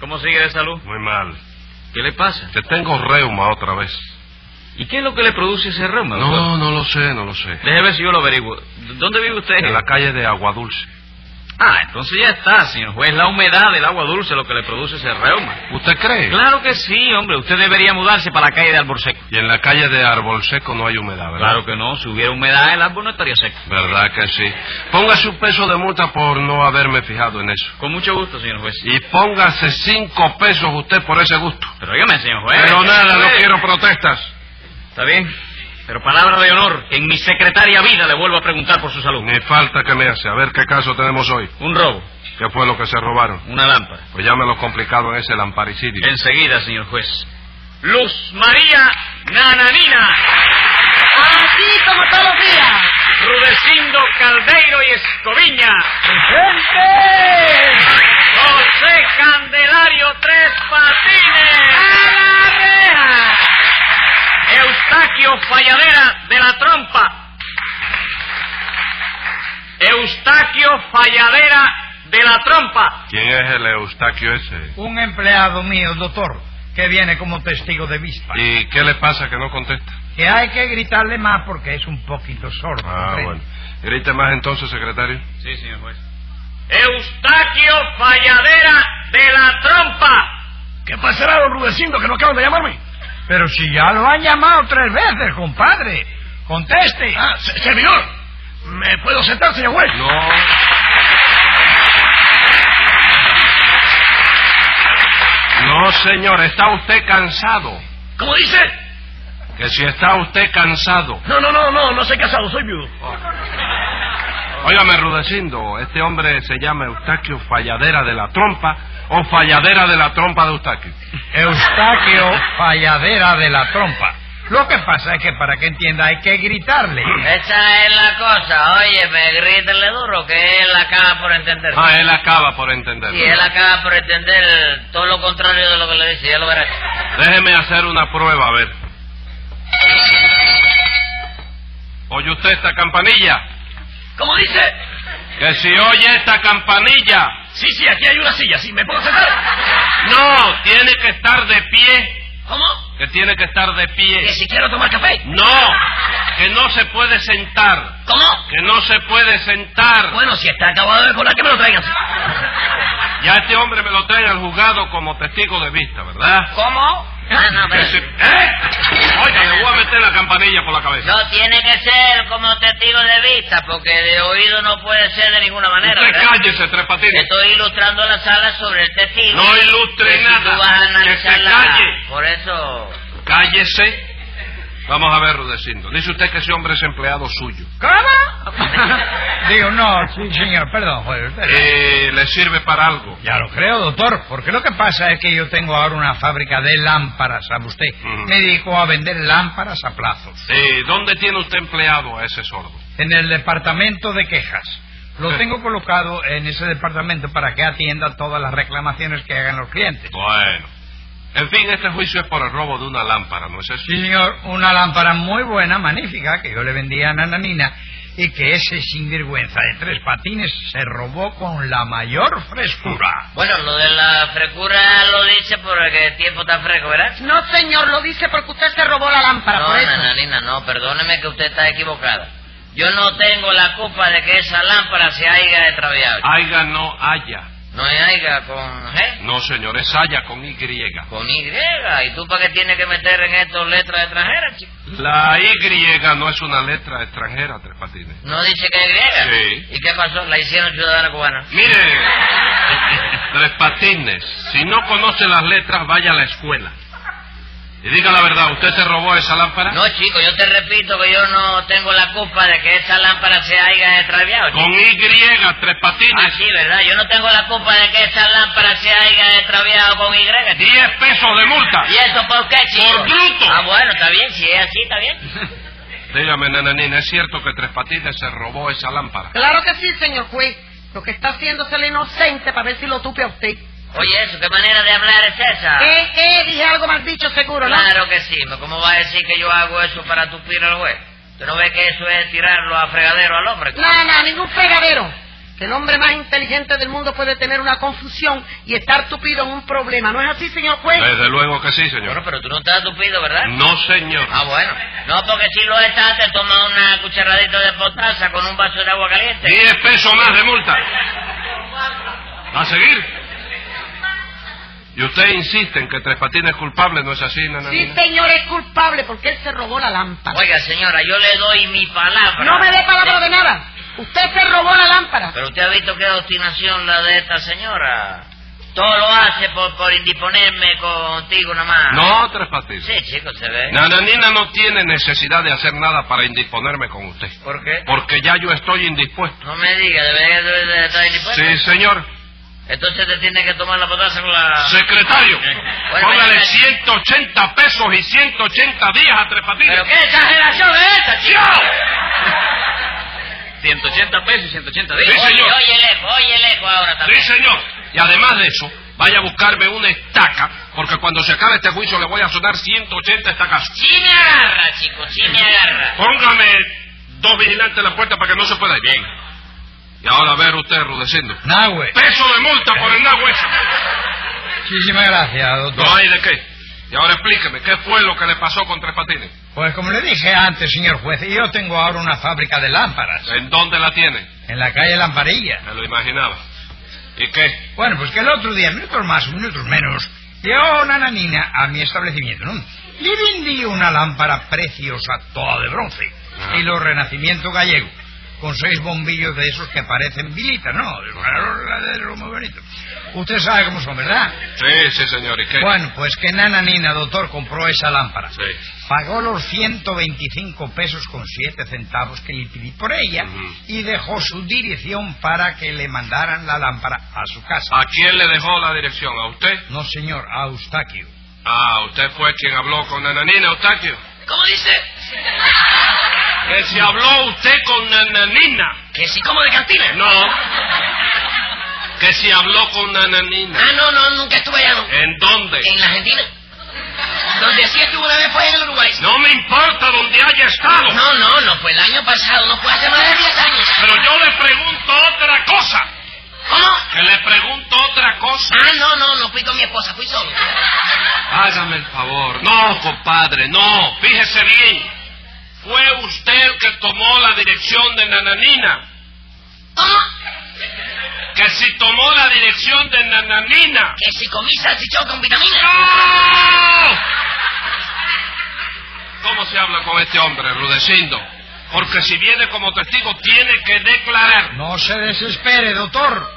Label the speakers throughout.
Speaker 1: ¿Cómo sigue de salud?
Speaker 2: Muy mal.
Speaker 1: ¿Qué le pasa?
Speaker 2: Que tengo reuma otra vez.
Speaker 1: ¿Y qué es lo que le produce ese reuma? doctor?
Speaker 2: No, no lo sé, no lo sé.
Speaker 1: Déjeme ver si yo lo averiguo. ¿D- ¿Dónde vive usted?
Speaker 2: En la calle de Agua Dulce.
Speaker 1: Ah, entonces ya está, señor juez. La humedad del agua dulce es lo que le produce ese reuma.
Speaker 2: ¿Usted cree?
Speaker 1: Claro que sí, hombre. Usted debería mudarse para la calle de árbol seco.
Speaker 2: Y en la calle de Árbol Seco no hay humedad, ¿verdad?
Speaker 1: Claro que no. Si hubiera humedad, el árbol no estaría seco.
Speaker 2: ¿Verdad que sí? Póngase un peso de multa por no haberme fijado en eso.
Speaker 1: Con mucho gusto, señor juez.
Speaker 2: Y póngase cinco pesos usted por ese gusto.
Speaker 1: Pero dígame, señor juez.
Speaker 2: Pero nada, no
Speaker 1: Juez.
Speaker 2: quiero protestas.
Speaker 1: Está bien. Pero palabra de honor, que en mi secretaria vida le vuelvo a preguntar por su salud.
Speaker 2: Ni falta que me hace. A ver qué caso tenemos hoy.
Speaker 1: Un robo,
Speaker 2: ¿Qué fue lo que se robaron?
Speaker 1: una lámpara.
Speaker 2: Pues llámelo complicado en ese lamparicidio.
Speaker 1: Enseguida, señor juez. Luz María Nananina,
Speaker 3: Así como todos los días.
Speaker 1: Rudecindo Caldeiro y Escoviña. José Candelario Tres Patines. Eustaquio Falladera de la Trompa. Eustaquio Falladera de la Trompa.
Speaker 2: ¿Quién es el Eustaquio ese?
Speaker 4: Un empleado mío, doctor, que viene como testigo de vista.
Speaker 2: ¿Y qué le pasa que no contesta?
Speaker 4: Que hay que gritarle más porque es un poquito sordo. ¿eh?
Speaker 2: Ah,
Speaker 4: ¿comprende?
Speaker 2: bueno. Grite más entonces, secretario.
Speaker 1: Sí, señor juez. Eustaquio Falladera de la Trompa.
Speaker 2: ¿Qué pasará, don Rudecindo, que no acaban de llamarme?
Speaker 4: Pero si ya lo han llamado tres veces, compadre. Conteste.
Speaker 2: servidor, ¿me puedo sentar, señor juez? No. No, señor, está usted cansado.
Speaker 5: ¿Cómo dice?
Speaker 2: Que si está usted cansado.
Speaker 5: No, no, no, no, no soy casado, soy viudo.
Speaker 2: Ah. Óigame, Rudecindo, este hombre se llama Eustaquio Falladera de la Trompa o Falladera de la Trompa de Eustaquio.
Speaker 4: Eustaquio Falladera de la Trompa. Lo que pasa es que para que entienda hay que gritarle.
Speaker 6: Esa es la cosa, oye, me grítale duro que él acaba por entender.
Speaker 2: Ah, él acaba por entender.
Speaker 6: Si él acaba por entender todo lo contrario de lo que le dice, ya lo verás.
Speaker 2: Déjeme hacer una prueba, a ver. ¿Oye usted esta campanilla?
Speaker 5: ¿Cómo dice?
Speaker 2: Que si oye esta campanilla,
Speaker 5: Sí, sí, aquí hay una silla, sí, ¿me puedo sentar?
Speaker 2: no, tiene que estar de pie,
Speaker 5: ¿Cómo?
Speaker 2: que tiene que estar de
Speaker 5: Que
Speaker 2: pie.
Speaker 5: si quiero tomar café.
Speaker 2: No, que no se puede sentar,
Speaker 5: ¿Cómo?
Speaker 2: que no se puede sentar.
Speaker 5: Bueno, si está acabado de colar, que me lo traigan.
Speaker 2: Ya este hombre me lo trae al juzgado como testigo de vista, ¿verdad?
Speaker 6: ¿Cómo? No, no,
Speaker 2: Que
Speaker 6: pero-
Speaker 2: si- ¿Eh? Oiga, le voy a meter la campanilla por la cabeza.
Speaker 6: No, tiene que ser como testigo de vista, porque de oído no puede ser de ninguna manera.
Speaker 2: Usted
Speaker 6: ¿verdad?
Speaker 2: cállese, Tres Patines.
Speaker 6: Estoy ilustrando la sala sobre el testigo.
Speaker 2: No ilustre
Speaker 6: Que si tú vas a
Speaker 2: nada. Que se
Speaker 6: analizar la-
Speaker 2: calle.
Speaker 6: Por eso...
Speaker 2: Cállese. Vamos a ver, Rudecindo. Dice usted que ese hombre es empleado suyo.
Speaker 4: Digo, no, sí, señor, perdón, joder, pero-
Speaker 2: Eh, ¿Le sirve para algo?
Speaker 4: Ya lo creo, doctor, porque lo que pasa es que yo tengo ahora una fábrica de lámparas, ¿sabe usted?
Speaker 2: Ujú.
Speaker 4: Me dedico a vender lámparas a plazos.
Speaker 2: Eh, ¿Dónde tiene usted empleado a ese sordo?
Speaker 4: En el departamento de quejas. Lo tengo colocado en ese departamento para que atienda todas las reclamaciones que hagan los clientes.
Speaker 2: Pues. Bueno. En fin, este juicio es por el robo de una lámpara, ¿no es eso?
Speaker 4: Sí, señor, una lámpara muy buena, magnífica, que yo le vendía a Nananina y que ese sinvergüenza de tres patines se robó con la mayor frescura.
Speaker 6: Bueno, lo de la frescura lo dice porque el tiempo está fresco, ¿verdad?
Speaker 3: No, señor, lo dice porque usted se robó la lámpara,
Speaker 6: no,
Speaker 3: por eso.
Speaker 6: Nananina, no, perdóneme que usted está equivocada. Yo no tengo la culpa de que esa lámpara se haya extraviado.
Speaker 2: Aiga no haya.
Speaker 6: No es aiga con G,
Speaker 2: No, señor, es haya con Y.
Speaker 6: con Y. ¿Y tú para qué tienes que meter en esto letras extranjeras, chico?
Speaker 2: La Y no es una letra extranjera, Tres Patines.
Speaker 6: No dice que es Y.
Speaker 2: Sí.
Speaker 6: ¿Y qué pasó? La hicieron ciudadana cubana.
Speaker 2: Mire, Tres Patines, si no conoce las letras, vaya a la escuela. Y diga la verdad, ¿usted se robó esa lámpara?
Speaker 6: No, chico, yo te repito que yo no tengo la
Speaker 1: culpa de que esa lámpara se haya extraviado, chico.
Speaker 2: Con Y, tres
Speaker 1: Ah,
Speaker 2: patines.
Speaker 1: sí, ¿verdad? Yo no tengo la culpa de que esa lámpara se haya extraviado con Y, chico.
Speaker 2: 10 pesos de multa.
Speaker 1: ¿Y eso por qué, chico?
Speaker 2: Por bruto.
Speaker 1: Ah, bueno, está bien, si es así, está bien.
Speaker 2: Dígame, nananina, ¿es cierto que Tres Patines se robó esa lámpara?
Speaker 3: Claro que sí, señor juez. Lo que está haciendo es el inocente para ver si lo tupe a usted.
Speaker 1: Oye, eso, ¿qué manera de hablar es esa?
Speaker 3: Eh, eh, dije algo mal dicho seguro, ¿no?
Speaker 1: Claro que sí, pero ¿cómo va a decir que yo hago eso para tupir al juez? ¿Tú no ves que eso es tirarlo a fregadero al hombre? chico?
Speaker 3: No, no, ningún fregadero. El hombre más inteligente del mundo puede tener una confusión y estar tupido en un problema. ¿No es así, señor juez?
Speaker 2: Desde luego que sí,
Speaker 1: Bueno,
Speaker 2: señor.
Speaker 1: pero tú no estás tupido, ¿verdad?
Speaker 2: No, señor.
Speaker 1: Ah, bueno. No, porque si lo estás, te toma una cucharadita de potasa con un vaso de agua caliente.
Speaker 2: 10 pesos más de multa. ¿A seguir? Y usted insiste en que Tres Patines es culpable, ¿no es así,
Speaker 3: Sí,
Speaker 2: nananina?
Speaker 3: señor, es culpable porque él se robó la lámpara.
Speaker 1: Oiga, señora, yo le doy mi palabra.
Speaker 3: No me dé palabra de nada. Usted se robó la lámpara.
Speaker 1: Pero usted ha visto qué obstinación la de esta señora. Todo lo hace por, por indisponerme contigo nomás.
Speaker 2: No, Tres Patines.
Speaker 1: Sí, chico, se ve.
Speaker 2: Nananina no tiene necesidad de hacer nada para indisponerme con usted.
Speaker 1: ¿Por qué?
Speaker 2: Porque ya yo estoy indispuesto.
Speaker 1: No me diga, debería de, de estar indispuesto.
Speaker 2: Sí, señor.
Speaker 1: pues, Entonces te tiene que tomar la potasa con la...
Speaker 2: Secretario,
Speaker 1: Bueno,
Speaker 2: póngale
Speaker 1: mañana-
Speaker 2: 180 pesos y 180 días a Tres Patines.
Speaker 1: Pero qué exageración es esta, chico.
Speaker 7: 180 pesos y 180 días.
Speaker 2: Sí,
Speaker 1: Oye,
Speaker 2: señor.
Speaker 1: oye el eco, oye el eco ahora
Speaker 2: Sí,
Speaker 1: también.
Speaker 2: señor. Y además de eso, vaya a buscarme una estaca, porque cuando se acabe este juicio le voy a sonar 180 estacazos.
Speaker 1: Sí me agarra, chico, sí me agarra.
Speaker 2: Póngame dos vigilantes en la puerta para que no se pueda ir. Bien. Y ahora a ver usted, Rudecindo.
Speaker 4: Nahue.
Speaker 2: Peso de multa por el nagüe ese.
Speaker 4: Muchísimas gracias, doctor.
Speaker 2: No hay de qué. Y ahora explíqueme, ¿qué fue lo que le pasó con Tres Patines?
Speaker 4: Pues como le dije antes, señor juez, yo tengo ahora una fábrica de lámparas
Speaker 2: ¿En dónde la tiene?
Speaker 4: en la calle Lamparilla.
Speaker 2: Me lo imaginaba. ¿Y qué?
Speaker 4: Bueno, pues que el otro día, minutos más, minutos menos, llegó una nanina a mi establecimiento, ¿no? Le vendí una lámpara preciosa, toda de bronce,
Speaker 2: Ah.
Speaker 4: estilo renacimiento gallego, con seis bombillos de esos que parecen vilitas, ¿no? De los muy bonito. Usted sabe cómo son, ¿verdad?
Speaker 2: Sí, sí, señor. ¿Y qué?
Speaker 4: Bueno, pues que nananina, doctor, compró esa lámpara.
Speaker 2: Sí.
Speaker 4: Pagó los 125 pesos con 7 centavos que le pedí por ella
Speaker 2: Ujú.
Speaker 4: y dejó su dirección para que le mandaran la lámpara a su casa.
Speaker 2: ¿A quién le dejó la dirección? ¿A usted?
Speaker 4: No, señor, a Eustaquio.
Speaker 2: Ah, usted fue quien habló con Nananina, Eustaquio.
Speaker 6: ¿Cómo dice?
Speaker 2: Que si habló usted con Nananina.
Speaker 6: Que si como de cantina.
Speaker 2: No. Que si habló con Nananina.
Speaker 6: Ah, no, no, nunca estuve allá. no.
Speaker 2: ¿En dónde?
Speaker 6: En la Argentina. Donde sí estuve una vez fue en el Uruguay.
Speaker 2: No me importa dónde haya estado.
Speaker 6: No, no, no fue el año pasado, no fue hace más de 10 años.
Speaker 2: Pero yo le pregunto otra cosa.
Speaker 6: ¿Cómo?
Speaker 2: Que le pregunto otra cosa.
Speaker 6: Ah, no, no, no fui con mi esposa, fui solo.
Speaker 2: Hágame el favor. No, compadre, no. Fíjese bien. Fue usted el que tomó la dirección de Nananina.
Speaker 6: ¿Cómo?
Speaker 2: Que si tomó la dirección de Nananina.
Speaker 6: Que si comí salchichón con vitamina.
Speaker 2: ¡No! ¿Cómo se habla con este hombre, Rudecindo? Porque si viene como testigo, tiene que declarar.
Speaker 4: No se desespere, doctor.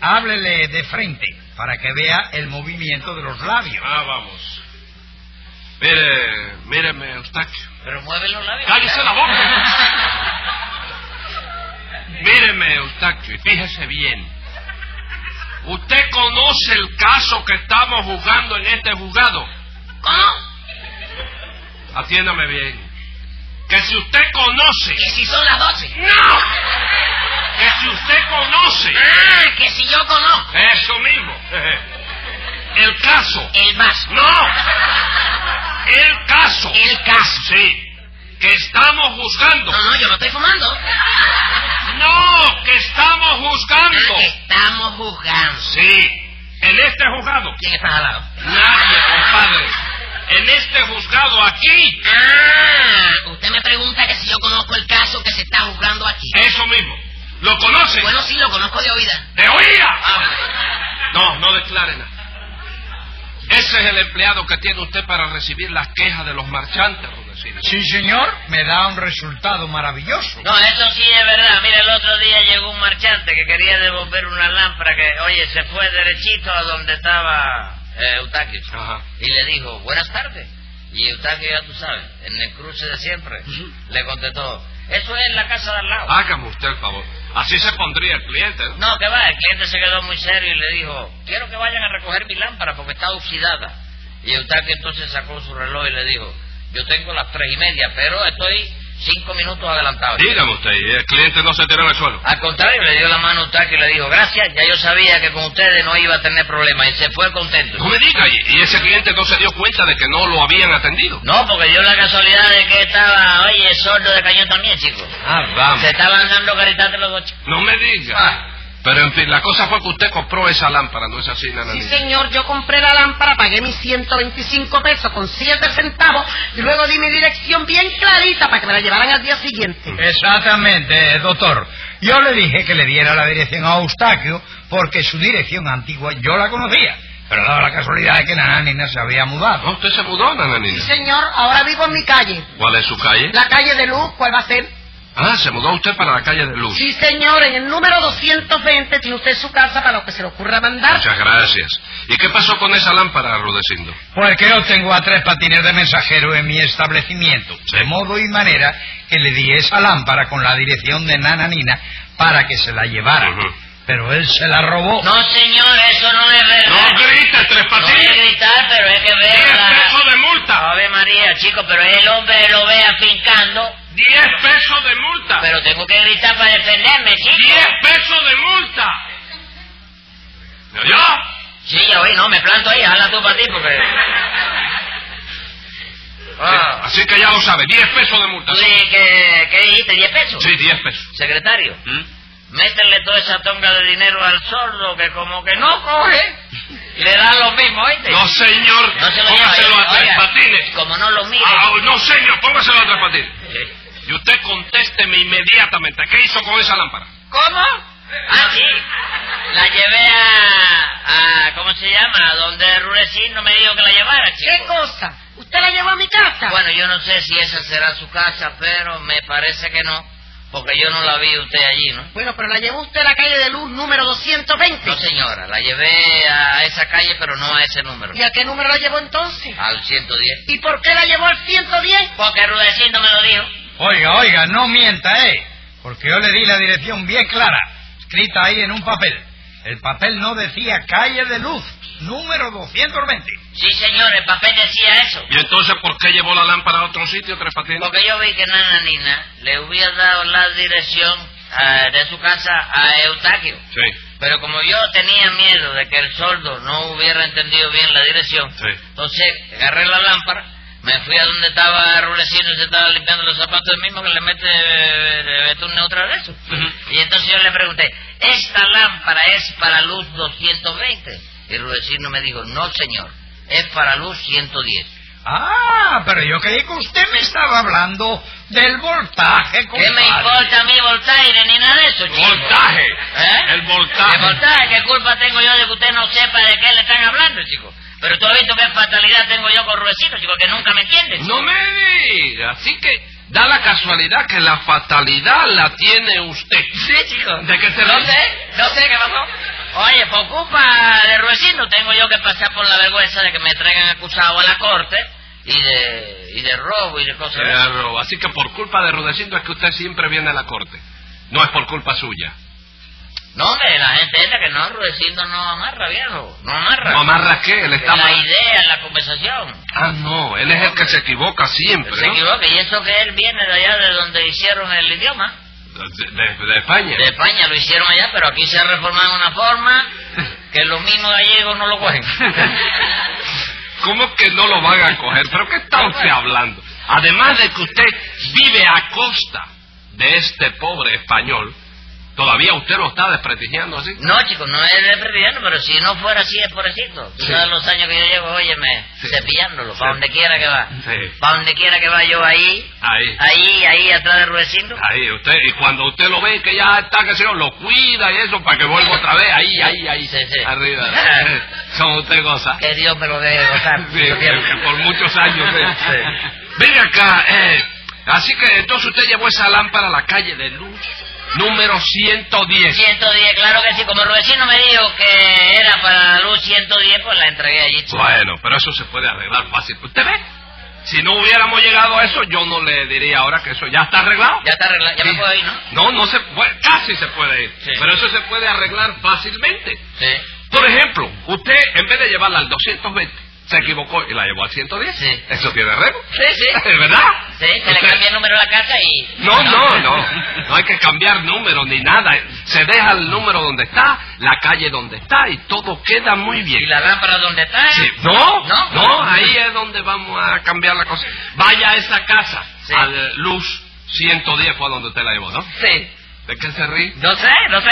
Speaker 4: Háblele de frente para que vea el movimiento de los labios.
Speaker 2: Ah, vamos. Mire, míreme, Eustaquio.
Speaker 1: Pero mueve los labios.
Speaker 2: ¡Cállese la boca! Míreme, Eustaquio, y fíjese bien. Usted conoce el caso que estamos juzgando en este juzgado.
Speaker 6: ¿Cómo?
Speaker 2: Atiéndame bien. Que si usted conoce,
Speaker 6: Que si son las 12.
Speaker 2: ¡No! Que si usted conoce
Speaker 6: Ah, que si yo conozco
Speaker 2: eso mismo. El caso.
Speaker 6: el vaso.
Speaker 2: ¡No! El caso.
Speaker 6: El caso.
Speaker 2: Sí. Que estamos juzgando.
Speaker 6: No, no, yo no estoy fumando. Ah,
Speaker 2: ¡No! Que estamos juzgando.
Speaker 6: Ah, que estamos juzgando.
Speaker 2: Sí. En este juzgado.
Speaker 6: ¿Quién está al lado?
Speaker 2: Nadie, compadre. En este juzgado aquí.
Speaker 6: Ah, usted me pregunta que si yo conozco el caso que se está juzgando aquí.
Speaker 2: Eso mismo. ¿Lo conoce?
Speaker 6: Bueno, sí, lo conozco de oída.
Speaker 2: ¡De oía! No, no declare nada. Ese es el empleado que tiene usted para recibir las quejas de los marchantes, Rudecindo.
Speaker 4: Sí, señor, me da un resultado maravilloso.
Speaker 1: No, eso sí es verdad. Mira, el otro día llegó un marchante que quería devolver una lámpara que, oye, se fue derechito a donde estaba eh, Eustaquio.
Speaker 2: Ajá.
Speaker 1: Y le dijo, buenas tardes. Y Eustaquio, ya tú sabes, en el cruce de siempre, le contestó,
Speaker 6: Eso es en la casa de al lado.
Speaker 2: Hágame usted el favor. Así se pondría el cliente. ¿no?
Speaker 6: No, que va, el cliente se quedó muy serio y le dijo, quiero que vayan a recoger mi lámpara porque está oxidada. Y Eustaquio entonces sacó su reloj y le dijo, yo tengo las tres y media, pero estoy cinco minutos adelantado.
Speaker 2: Dígame usted, y el cliente no se tiró al suelo.
Speaker 6: Al contrario, le dio la mano a Eustaquio y le dijo, gracias, ya yo sabía que con ustedes no iba a tener problemas. Y se fue contento.
Speaker 2: No me diga, y, y ese cliente no se dio cuenta de que no lo habían atendido.
Speaker 6: No, porque dio la casualidad de que estaba, oye, sordo de cañón también, chico.
Speaker 2: Ah, vamos.
Speaker 6: Se estaban dando caritas de los dos chicos.
Speaker 2: No me diga. Pero en fin, la cosa fue que usted compró esa lámpara, ¿no es así,
Speaker 3: Sí,
Speaker 2: nananina?
Speaker 3: señor, yo compré la lámpara, pagué mis 125 pesos con 7 centavos y luego di mi dirección bien clarita para que me la llevaran al día siguiente.
Speaker 4: Exactamente, eh, doctor. Yo le dije que le diera la dirección a Eustaquio porque su dirección antigua yo la conocía. Pero daba la casualidad de que Nananina se había
Speaker 2: Ah,
Speaker 4: mudado.
Speaker 2: ¿Usted se mudó,
Speaker 3: Sí,
Speaker 2: nananina?
Speaker 3: señor, ahora vivo en mi calle.
Speaker 2: ¿Cuál es su calle?
Speaker 3: La calle de Luz, ¿cuál va a ser?
Speaker 2: Ah, se mudó usted para la calle de Luz.
Speaker 3: Sí, señor, en el número 220 tiene usted su casa para lo que se le ocurra mandar.
Speaker 2: Muchas gracias. ¿Y qué pasó con esa lámpara, Rudecindo?
Speaker 4: Pues que yo tengo a tres patines de mensajero en mi establecimiento. De modo y manera que le di esa lámpara con la dirección de Nananina para que se la llevara.
Speaker 2: Ujú.
Speaker 4: Pero él se la robó.
Speaker 6: No, señor, eso no es verdad.
Speaker 2: ¡No grites, Tres
Speaker 6: No voy a
Speaker 2: Patines!
Speaker 6: gritar, pero es que
Speaker 2: ¡Diez
Speaker 6: veo la...
Speaker 2: pesos de multa!
Speaker 6: Ave María, chico, pero el hombre lo ve afincando.
Speaker 2: ¡Diez pesos de multa!
Speaker 6: Pero tengo que gritar para defenderme, chico.
Speaker 2: ¡Diez pesos de multa! ¿Me oyó?
Speaker 6: Sí, ya oí, no, me planto ahí, jala tú para ti, porque... Ah,
Speaker 2: Así que ya lo sabe, diez pesos de multa.
Speaker 6: ¿Tú di- que, qué dijiste? ¿10 pesos?
Speaker 2: Sí, diez pesos.
Speaker 6: Secretario, métele toda esa tonga de dinero al sordo que como que no coge y le da lo mismo, ¿oíste?
Speaker 2: No, señor,
Speaker 6: No se lo
Speaker 2: póngaselo
Speaker 6: lleva,
Speaker 2: a Tres
Speaker 6: oiga,
Speaker 2: Patines.
Speaker 6: Como no lo mire...
Speaker 2: Ah, no, señor, póngaselo a Tres Patines.
Speaker 6: Sí.
Speaker 2: Y usted contésteme inmediatamente. ¿Qué hizo con esa lámpara?
Speaker 6: ¿Cómo? Ah, sí. La llevé a, a- ¿Cómo se llama? A donde Rurecín no me dijo que la llevara,
Speaker 3: ¿Qué
Speaker 6: chico.
Speaker 3: cosa? ¿Usted la llevó a mi casa?
Speaker 6: Bueno, yo no sé si esa será su casa, pero me parece que no. Porque yo no la vi usted allí, ¿no?
Speaker 3: Bueno, pero la llevó usted a la calle de Luz, número 220.
Speaker 6: No, señora. La llevé a esa calle, pero no a ese número.
Speaker 3: ¿Y a qué número la llevó entonces?
Speaker 6: Al 110.
Speaker 3: ¿Y por qué la llevó al 110?
Speaker 6: Porque Rudecindo me lo dijo.
Speaker 4: Oiga, oiga, no mienta, ¿eh? Porque yo le di la dirección bien clara, escrita ahí en un papel. El papel no decía calle de luz, número 220.
Speaker 6: Sí, señor, el papel decía eso.
Speaker 2: ¿Y entonces por qué llevó la lámpara a otro sitio, Tres Patines?
Speaker 6: Porque yo vi que Nana Nina le hubiera dado la dirección ah, de su casa a Eustaquio.
Speaker 2: Sí,
Speaker 6: Pero como yo tenía miedo de que el sordo no hubiera entendido bien la dirección,
Speaker 2: Sí.
Speaker 6: entonces agarré la lámpara, me fui a donde estaba Rulecino y se estaba limpiando los zapatos el mismo que le mete eh, le mete un neutral de eso. Y entonces yo le pregunté, ¿esta lámpara es para luz 220? Y Rulecino me dijo, no señor, es para luz 110.
Speaker 4: Ah, pero yo creí que usted me estaba hablando del voltaje,
Speaker 6: ¿Qué me
Speaker 4: compadre.
Speaker 6: importa a mí voltaje ni nada de eso, chico?
Speaker 2: ¡Voltaje!
Speaker 6: ¿Eh?
Speaker 2: El voltaje.
Speaker 6: ¿El voltaje? ¿Qué culpa tengo yo de que usted no sepa de qué le están hablando, chico? Pero tú has visto qué fatalidad tengo yo con Ruecito, chico, que nunca me entiendes.
Speaker 2: No me diga. Así que da la casualidad que la fatalidad la tiene usted.
Speaker 6: Sí, chico.
Speaker 2: ¿De qué se
Speaker 6: No
Speaker 2: ríe?
Speaker 6: sé, no sé qué pasó. Oye, por culpa de Ruecito tengo yo que pasar por la vergüenza de que me traigan acusado a la corte y de, y de robo y de cosas de esas.
Speaker 2: Claro, así que por culpa de Rudecindo es que usted siempre viene a la corte. No es por culpa suya.
Speaker 6: No, hombre, la gente esta que no, Ruecito no amarra, viejo. No amarra.
Speaker 2: ¿No amarra qué? Él está...
Speaker 6: La idea, la conversación.
Speaker 2: Ah, no, él es el que se equivoca siempre,
Speaker 6: Se
Speaker 2: ¿no?
Speaker 6: equivoca, y eso que él viene de allá de donde hicieron el idioma.
Speaker 2: De, de- de España.
Speaker 6: De España lo hicieron allá, pero aquí se ha reformado de una forma que los mismos gallegos no lo cogen.
Speaker 2: ¿Cómo que no lo van a coger? ¿Pero qué está usted hablando? Además de que usted vive a costa de este pobre español, todavía usted lo está desprestigiando así.
Speaker 6: No, chicos, no es desprestigiando, pero si no fuera así es pobrecito. Tú
Speaker 2: Sí.
Speaker 6: sabes los años que yo llevo, óyeme,
Speaker 2: Sí.
Speaker 6: cepillándolo,
Speaker 2: Sí.
Speaker 6: para donde quiera que va.
Speaker 2: Sí.
Speaker 6: Para donde quiera que va yo ahí,
Speaker 2: Ahí,
Speaker 6: ahí, ahí, atrás de Ruedecindo.
Speaker 2: ahí, usted, y cuando usted lo ve que ya está, que se lo cuida y eso para que vuelva otra vez, ahí, ahí, ahí,
Speaker 6: Sí, sí.
Speaker 2: arriba. Son usted cosas.
Speaker 6: Que Dios me lo deje gozar.
Speaker 2: Sí,
Speaker 6: mucho tiempo.
Speaker 2: que por muchos años. eh. Venga acá, eh, así que entonces usted llevó esa lámpara a la calle de luz número 110.
Speaker 6: 110, claro que sí. Como el vecino me dijo que era para la luz 110, pues la entregué allí. chico.
Speaker 2: Bueno, pero eso se puede arreglar fácil. ¿Usted ve? Si no hubiéramos llegado a eso, yo no le diría ahora que eso ya está arreglado.
Speaker 6: Ya está arreglado, ya me
Speaker 2: Sí.
Speaker 6: puedo ir, ¿no?
Speaker 2: No, no se puede, casi se puede ir.
Speaker 6: Sí.
Speaker 2: Pero eso se puede arreglar fácilmente.
Speaker 6: Sí.
Speaker 2: Por ejemplo, usted en vez de llevarla al 220, se equivocó y la llevó al 110.
Speaker 6: Sí.
Speaker 2: Eso tiene arreglo.
Speaker 6: Sí, sí.
Speaker 2: ¿Verdad?
Speaker 6: Sí, se le
Speaker 2: Usted-
Speaker 6: cambia el número a la casa y...
Speaker 2: No, no, no. No hay que cambiar número ni nada. Se deja el número donde está, la calle donde está y todo queda muy
Speaker 6: ¿Y
Speaker 2: bien.
Speaker 6: la lámpara dónde está?
Speaker 2: Sí, No,
Speaker 6: No.
Speaker 2: no, ahí es donde vamos a cambiar la cosa. Vaya a esa casa,
Speaker 6: Sí.
Speaker 2: a la Luz 110 fue a donde usted la llevó, ¿no?
Speaker 6: Sí.
Speaker 2: ¿De qué se ríe?
Speaker 6: No sé, no sé.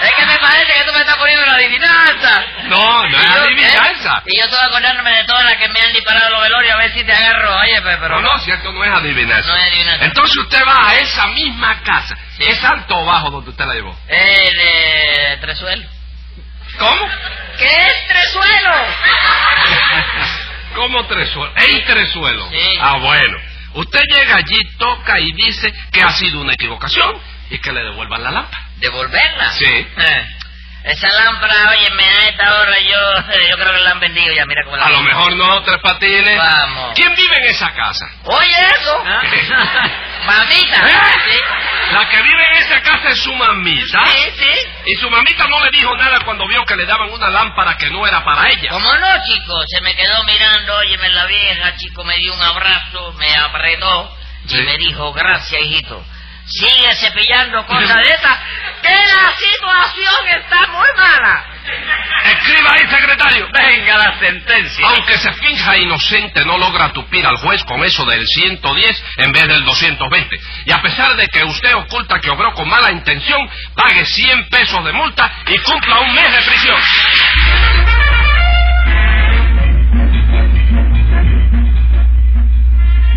Speaker 6: Es que me parece que tú me estás poniendo una adivinanza.
Speaker 2: No, no es
Speaker 6: Y yo-
Speaker 2: adivinanza.
Speaker 6: Y yo estoy acordándome de todas las que me han disparado los velorios a ver si te agarro. Oye, pe- pero...
Speaker 2: Pero no, si esto no es adivinanza.
Speaker 6: No es adivinanza.
Speaker 2: Entonces usted va a esa misma casa.
Speaker 6: Sí.
Speaker 2: ¿Es alto o bajo donde usted la llevó?
Speaker 6: Eh, de Tresuelo.
Speaker 2: ¿Cómo?
Speaker 6: ¿Qué es Tresuelo?
Speaker 2: ¿Cómo tres suelos? En tres suelos.
Speaker 6: Sí.
Speaker 2: Ah, bueno. Usted llega allí, toca y dice que ha sido una equivocación y que le devuelvan la lámpara.
Speaker 6: ¿Devolverla?
Speaker 2: Sí.
Speaker 6: Eh, Esa lámpara, oye, me a esta hora yo, eh, yo creo que la han vendido ya, mira cómo la
Speaker 2: A lo
Speaker 6: venden.
Speaker 2: mejor no, tres patines.
Speaker 6: Vamos.
Speaker 2: ¿Quién vive en esa casa?
Speaker 6: Oye, eso. Mamita.
Speaker 2: ¿Ah? ¿Eh? La que vive en esa casa es su mamita.
Speaker 6: Sí, sí, sí.
Speaker 2: Y su mamita no le dijo nada cuando vio que le daban una lámpara que no era para ella.
Speaker 6: ¿Cómo no, chico? Se me quedó mirando, óyeme la vieja, chico, me dio un abrazo, me apretó y
Speaker 2: Sí.
Speaker 6: me dijo, gracias, hijito. Sigue cepillando cosas de esas, que la situación está muy mala.
Speaker 2: Escriba ahí, secretario.
Speaker 1: Venga la sentencia.
Speaker 2: Aunque se finja inocente, no logra atupir al juez con eso del 110 en vez del 220. Y a pesar de que usted oculta que obró con mala intención, pague 100 pesos de multa y cumpla un mes de prisión.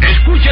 Speaker 8: Escucha